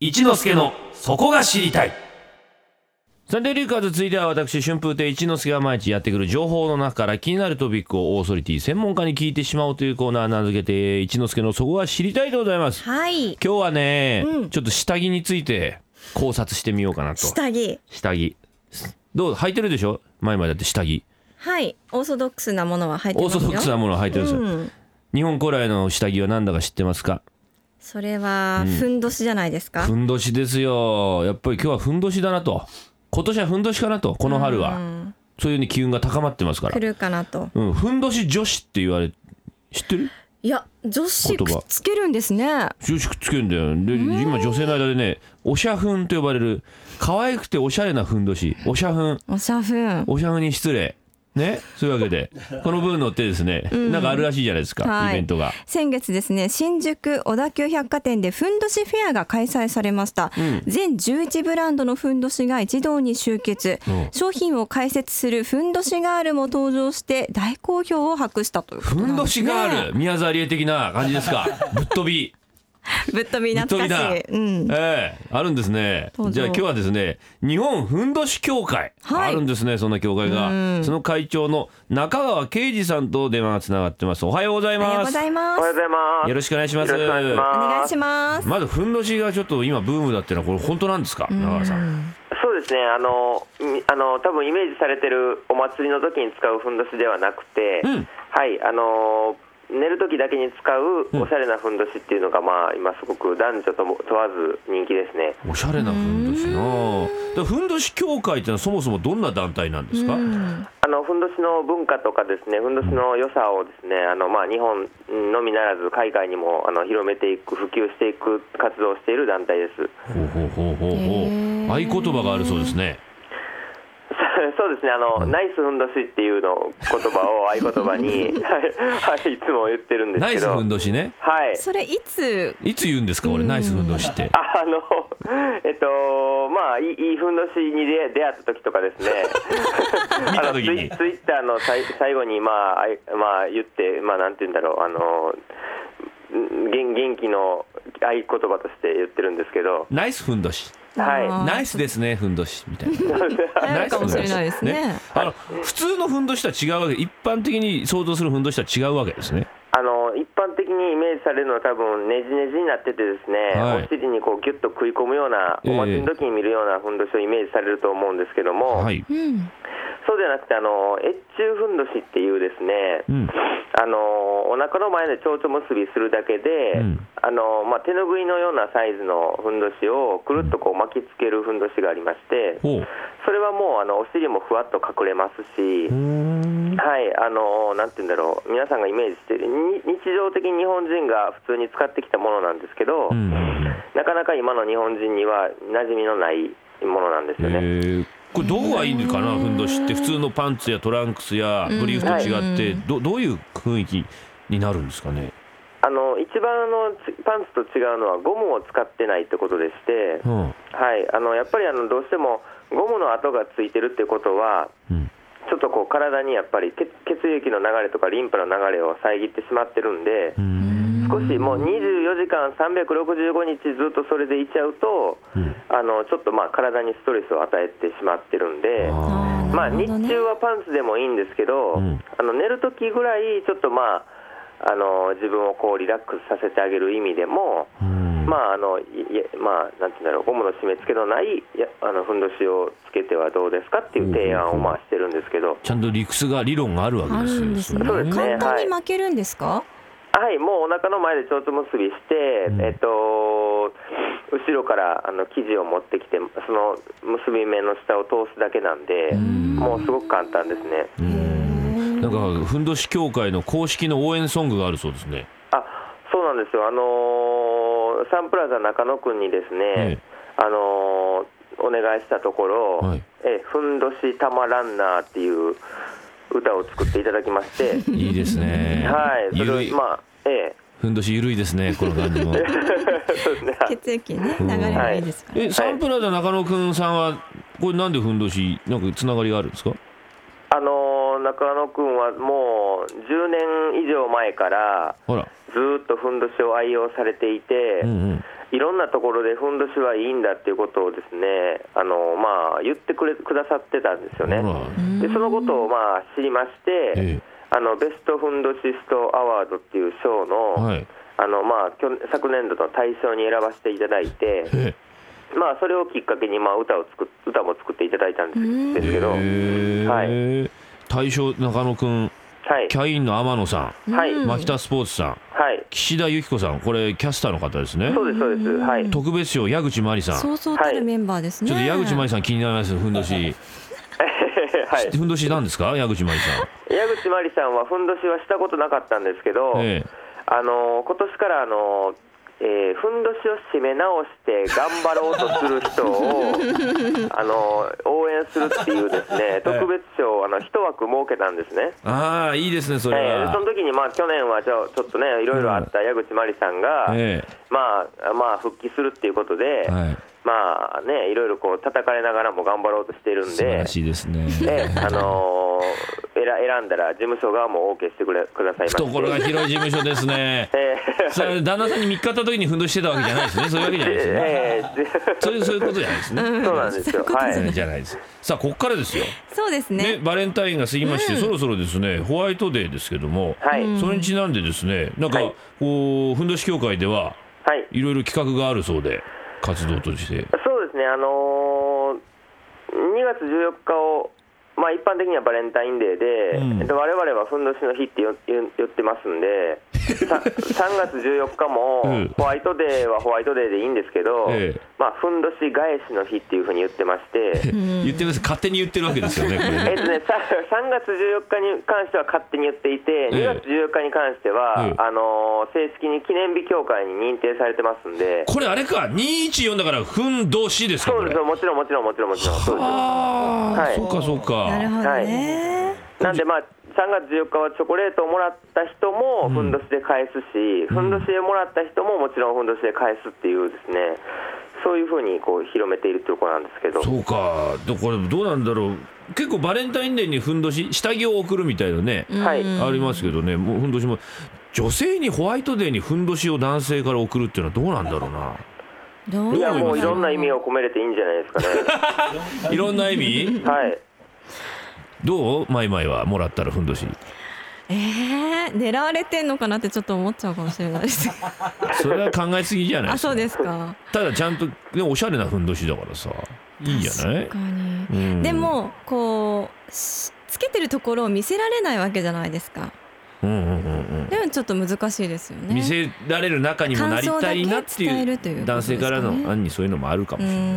一之助のそこが知りたいサンデーリーカーズ続いては私春風亭一之輔が毎日やってくる情報の中から気になるトピックをオーソリティ専門家に聞いてしまおうというコーナー名付けて一之輔のそこが知りたいでございますはい。今日はね、うんちょっと下着について考察してみようかなと下着。下着どう履いてるでしょ前までだって下着はい。オーソドックスなものは入ってオーますソよ。ドックスなものを履いてるんですよ、うん。日本古来の下着は何だか知ってますかそれは、ふんどしじゃないですか。ふんどしですよやっぱり今日はふんどしだなと今年はふんどしかなとこの春は、うんそういうふうに機運が高まってますから来るかなと。うん、ふんどし女子って言われ知ってるいや、女子言く葉っつけるんですね。女子くっつけるんだよで今女性の間でねおしゃふんと呼ばれる可愛くておしゃれなふんどしおしゃふんおしゃふん。おしゃふんに失礼ねそういうわけ でこの分乗ってですね、なんかあるらしいじゃないですか、はイいベントが先月ですね新宿小田急百貨店でふんどしフェアが開催されました、全11ブランドのふんどしが一堂に集結、うん商品を解説するふんどしガールも登場して大好評を博したということふなんんどですしねガール、宮沢りえ的な感じですかぶっ飛びぶっ飛びぶっ飛懐びかだしい、うん、ええあるんですね登場じゃあ今日はですね日本ふんどし協会、はあいるんですねそんな協会うがんその会長の中川圭司さんと電話がつながってますおはようございおはようまごすざいまおはすようございます。よろしくお願いしますよろしくお願いしお願います。しますまずふんどしがちょっと今ブームだっていうのはこれ本当なんですか中川さんそうですね。あの、みあの、多分イメージされてるお祭りの時に使うふんどしではなくて。うんはい、あの、寝る時だけに使うおしゃれなふんどしっていうのが、まあ、今すごく男女とも問わず人気ですね。おしゃれなふんどしなだからふんどし協会ってのはそもそもどんな団体なんですかあのふんどしの文化とかですねふんどしの良さをですねあの、まあ、日本のみならず海外にもあの広めていく普及していく活動をしている団体です。ほうほうほうほうほうへー合言葉があるそうですね そうですねあの、ナイスふんどしっていうの言葉を合言葉 に、はいはい、いつも言ってるんですナけイスど、ふんどしねはい、それいついつ言うんですか俺ナイスふんどしってあの、えっと、まあ、いいいいふんどしに出出会った時とかですね、 見た時にあのツイツイッターのさい最後に、まああいまあ、言って、まあ、なんて言うんだろう、あのん元元気の合言葉として言ってるんですけど、ナイスふんどしはい。あーナイスですねふんどしみたいな流行るかもしれないですねあの普通のふんどしとは違うわけ一般的に想像するふんどしとは違うわけですねあの一般的にイメージされるのは多分ねじねじになっててですね、はいお尻にこうギュッと食い込むような、ええお祭りの時に見るようなふんどしをイメージされると思うんですけども、はいうん、そうじゃなくてあの越中ふんどしっていうですね、うんあのお腹の前で蝶々結びするだけで、うんあのまあ、手ぬぐいのようなサイズのふんどしをくるっとこう巻きつけるふんどしがありまして、ほうそれはもうあのお尻もふわっと隠れますし、はい、あのなんて言うんだろう、皆さんがイメージしてる、に日常的に日本人が普通に使ってきたものなんですけど、うんなかなか今の日本人には馴染みのないものなんですえよね。ーこれどこがいいのかなふんどしって普通のパンツやトランクスやブリーフと違ってどどういう雰囲気になるんですかね、あの一番あのつパンツと違うのはゴムを使ってないってことでして、うんはい、あのやっぱりあのどうしてもゴムの跡がついてるってことは、うんちょっとこう体にやっぱり血血液の流れとかリンパの流れを遮ってしまってるんで、少しもう24時間365日ずっとそれでいちゃうと、あのちょっとまあ体にストレスを与えてしまってるんで。あまあ、なるほ日どね中はパンツでもいいんですけど、うんあの寝るときぐらい、ちょっとまあ、あの自分をこうリラックスさせてあげる意味でも、ーうんまああのいいえまあ、なんていうんだろう、ゴムの締め付けのないいやあのふんどしをつけてはどうですかっていう提案をまあしてるんですけど、ちゃんと理屈が理論があるわあけですよるんですねそうですね簡単に負けるんですか、はい、もうお腹の前で蝶々結びして、うんえっと、後ろからあの生地を持ってきて、その結び目の下を通すだけなんで、んもうすごく簡単ですね。うんなんかふんどし協会の公式の応援ソングがあるそうですねあそうなんですよ、あのーサンプラザ中野区にですね、ええあのーお願いしたところ、はいええふんどしたまランナーっていう歌を作っていただきま して、いいですねはい、そゆるれいをまあ、え え、ふんどしゆるいですねこの感じも そうですね、血液ね流れがいいですから、えサンプラザ中野くんさんはこれなんでふんどしなんかつながりがあるんですかあのー中野くんはもう10年以上前から、ほら。ずーっとふんどしを愛用されていて、うんうん。いろんなところでふんどしはいいんだっていうことをですね、あのまあ、言ってくれくださってたんですよね。ほら。でそのことをまあ知りまして、ええあのベストフンドシストアワードっていう賞の,、はいあのまあ、去年昨年度の大賞に選ばせていただいて、えまあ、それをきっかけにまあ歌を作っ歌も作っていただいたうんんですですけど、えは大将中野くん、はいキャインの天野さはいん、牧田スポーツさん、はい、岸田由紀子さん、これキャスターの方ですね。そうです、そうです、はい、特別賞矢口真理さん。ちょっそうそうたるメンバーですね。と矢口真理さん気になりますふんどし。 はい、ふんどしなんですか矢口真理さん。矢口真理さんはふんどしはしたことなかったんですけど、えあの今年からあの、えーふんどしを締め直して頑張ろうとする人を あの応援するっていうですね特別賞をあの一枠設けたんですね。え。ああいいですねそれえーそはの。時にまあ去年はちょちょっとねいろいろあった矢口真理さんが、えまあまあ復帰するっていうことで、え。はい。まあねいろいろこう叩かれながらも頑張ろうとしているん素晴でら。しいですね。ねあのー選選んだら事務所側も OK してくれくださいまして懐が広い事務所です ね。えーそれ旦那さんに見日かった時にふんどししてたわけじゃないですね。そういうわけじゃないですね。えーそういうそういうことじゃないですね。そうなんですよ。はえいえ。じゃないです。さあここからですよ。そうですねね。バレンタインが過ぎまして、そろそろですねホワイトデーですけども、はい。それにちなんでですねなんか、はいこうふんどし協会でははい。いろいろ企画があるそうで活動としてそうですね。あのー、2月14日を、まあ一般的にはバレンタインデーで、うんえっと我々はふんどしの日ってよ言言ってます んで、さ3月14日うんもホワイトデーはホワイトデーでいいんですけど、ええまあふんどし返しの日っていうふうに言ってま して、言ってます勝手に言ってるわけですよねこれえねっとね、さ3月14日に関しては勝手に言っていて、2月14日に関しては、ええあのー正式に記念日協会に認定されてますんで、これあれか214だからふんどしですかそこうでれすよ、もちろん、もちろん、もちろん、もちろん、そうですよ。ああ、はいそうかそうなるかほどね。なんで、まあ、3月14日はチョコレートをもらった人もふんどしで返すし、ふんどしでもらった人ももちろんふんどしで返すっていうですね、そういうふうにこう広めているということなんですけど、そうかでこれどうなんだろう結構バレンタインデーにふんどし下着を送るみたいなね、はい、ありますけどねもうふんどしも女性にホワイトデーにふんどしを男性から送るっていうのはどうなんだろうなどういや、なもういろんな意味を。を込めれていいんじゃないですかね。 いろんな意味はいどうマイマイはもらったらふんどしええ狙われてんのかなってちょっと思っちゃうかもしれないです。それは考えすぎじゃないあ、そうですか。ただちゃんと、ね、おしゃれなふんどしだからさいいんじゃない確かに。うんでもこうしつけてるところを見せられないわけじゃないですか。うんうんうんうんでもちょっと難しいですよね。見せられる中にもなりたいなって感想だけ伝えいるというこうとで男すか性ねからの案にそういうのもあるかもしれないうんう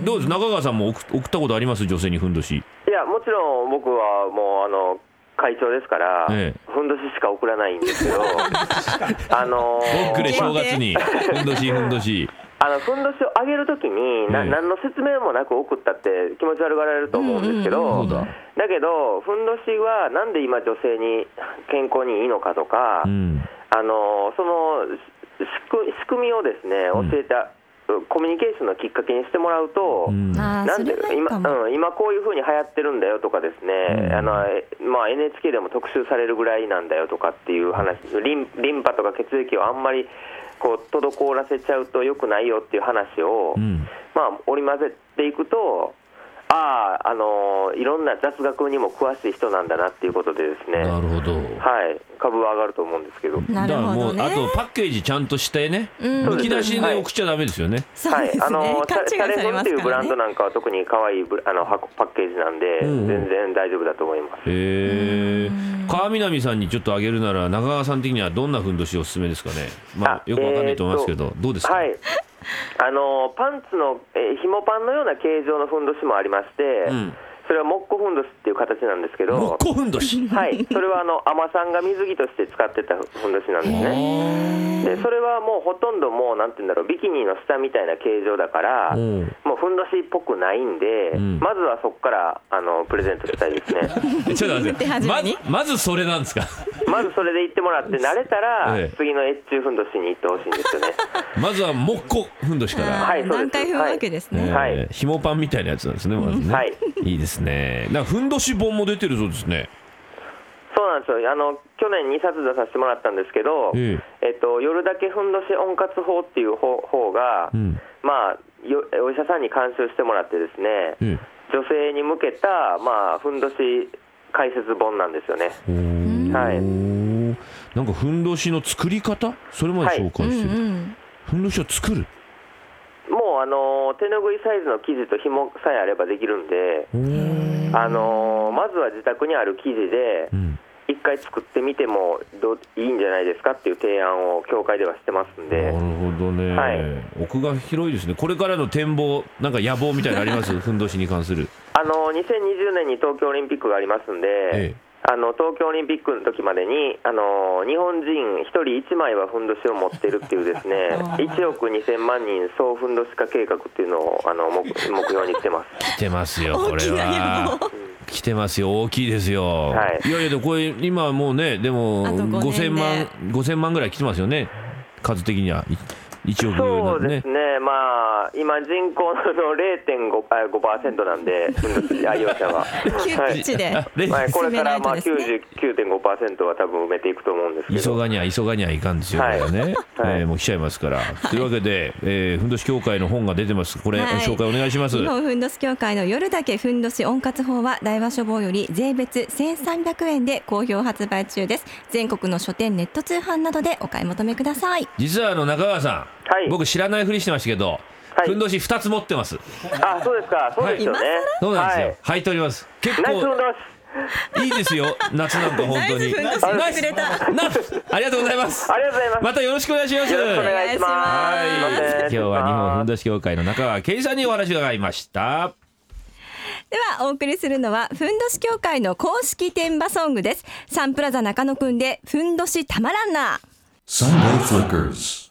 んどうです中川さんも送送ったことあります女性にふんどしいや、もちろん僕はもうあの会長ですから、ええふんどししか送らないんです けど、あのロックでー正月 にふんどしふんどしあのふんどしをあげるときに、なええ何の説明もなく送ったって気持ち悪がられると思うんですけそど、うだだけど、ふんどしはなんで今、女性に健康にいいのかとか、うんあのそのし仕組みをですねうん教えた、コミュニケーションのきっかけにしてもらうと、うんあーなそんれではいい今,、かも。うん、今こういうふうに流行ってるんだよとかですね、うんあのえまあ、NHK でも特集されるぐらいなんだよとかっていう話リンリンパとか血液をあんまりこう滞らせちゃうと良くないよっていう話を、うんまあ、織り交ぜていくとああ、あのいろんな雑学にも詳しい人なんだなっていうことでですね、なはるほどい、株は上がると思うんですけど。なるほどねだからもうあとパッケージちゃんとしてね、うんむき出しで送っちゃダメですよね。そうですね。あの 勘シ違ャいレされフンっまてすいうブかラらンねド。なんかは特に可愛いブあの箱パッケージなんで、うんうん全然大丈夫だと思います。へえ。川南さんにちょっとあげるなら中川さん的にはどんなふんどしおすすめですかね。まああよくわかんないと思いますけど、どうですか。はい、あのパンツの、えー、紐パンのような形状のふんどしもありまして、うんそれはもっこふんどしっていう形なんですけもっど、こふんどし。 はい、それはあの海女さんが水着として使ってたふんどしなんですね。でそれはもうほとんどもうなんて言うんだろうビキニの下みたいな形状だから、うんもうふんどしっぽくないんで、んまずはそこからあのプレゼントしたいですね。え ちょっと待って手。始まめにまずそれなんですか。 まずそれで行ってもらって、慣れたら、ええ次の越中ふんどしに行ってほしいんですよね。まずはもっこふんどしから。はいそうです何回踏むわけですえね。ーはい紐パンみたいなやつなんですね。まずね。はい。いいですね。なんかふんどし本も出てるそうですね。なんですよあの去年2冊出させてもらったんですけど、ええっと、夜だけふんどし温活法っていう方法が、うんまあ、よお医者さんに監修してもらってですね、え女性に向けた、まあ、ふんどし解説本なんですよね。えんはいおーなんかふんどしの作り方それまで紹う介んしてる、うんふんどしを作るもう、あの手ぬぐいサイズの生地と紐さえあればできるんで、おーあのまずは自宅にある生地でう、ん一回作ってみてもどいいんじゃないですかっていう提案を協会ではしてますんなでる、ほどね、はい奥が広いですねこれからの展望なんか野望みたいなのあります ふんどしに関するあの2020年に東京オリンピックがありますんで、ええあの東京オリンピックの時までにあの日本人1人1枚はふんどしを持ってるっていうで すね1億2000万人総ふんどし化計画っていうのをあの目目標にしてま 来すてますよこ大れきなは野望来てますよ大きいですよ、、はいいやいやでもこれ今もうねでもあと五5000年万で5000万ぐらい来てますよね数的にはい1億そうなんですね、まあ、今、人口の0.5%あ5%なんで、ふんどし愛用 者は。は急ピッチであ レイはい、これからまあ進めない99.5%は多分埋めていくと思うんですけ急ど、がにゃ急がにゃいかんですよ、はいこれはね、はいえーもう来ちゃいますから、というわけで、えーふんどし協会の本が出てますこれ、はい紹介お願いします日本ふんどし協会の夜だけふんどし温活法は大和書房より税別1300円で好評発売中です全国の書店ネット通販などでお買い求めください実はあの中川さん、はい僕知らないふりしてましたけど、はいふんどし2つ持ってますあそうですか、そうですよね、そうなんですよ、はい履いております結ナイスふん構どいいですよ夏なんか本当にナイスふんどしくれたナイスありがとうございますし、ありがとうございます。またよろしくお願いしますよろしくお願いお願いしします。ますはい今日は日本ふんどし協会の中川圭さんにお話を伺いましたではお送りするのはふんどし協会の公式天馬ソングですサンプラザ中野くんでふんどしたまらんな Sunday Flickers.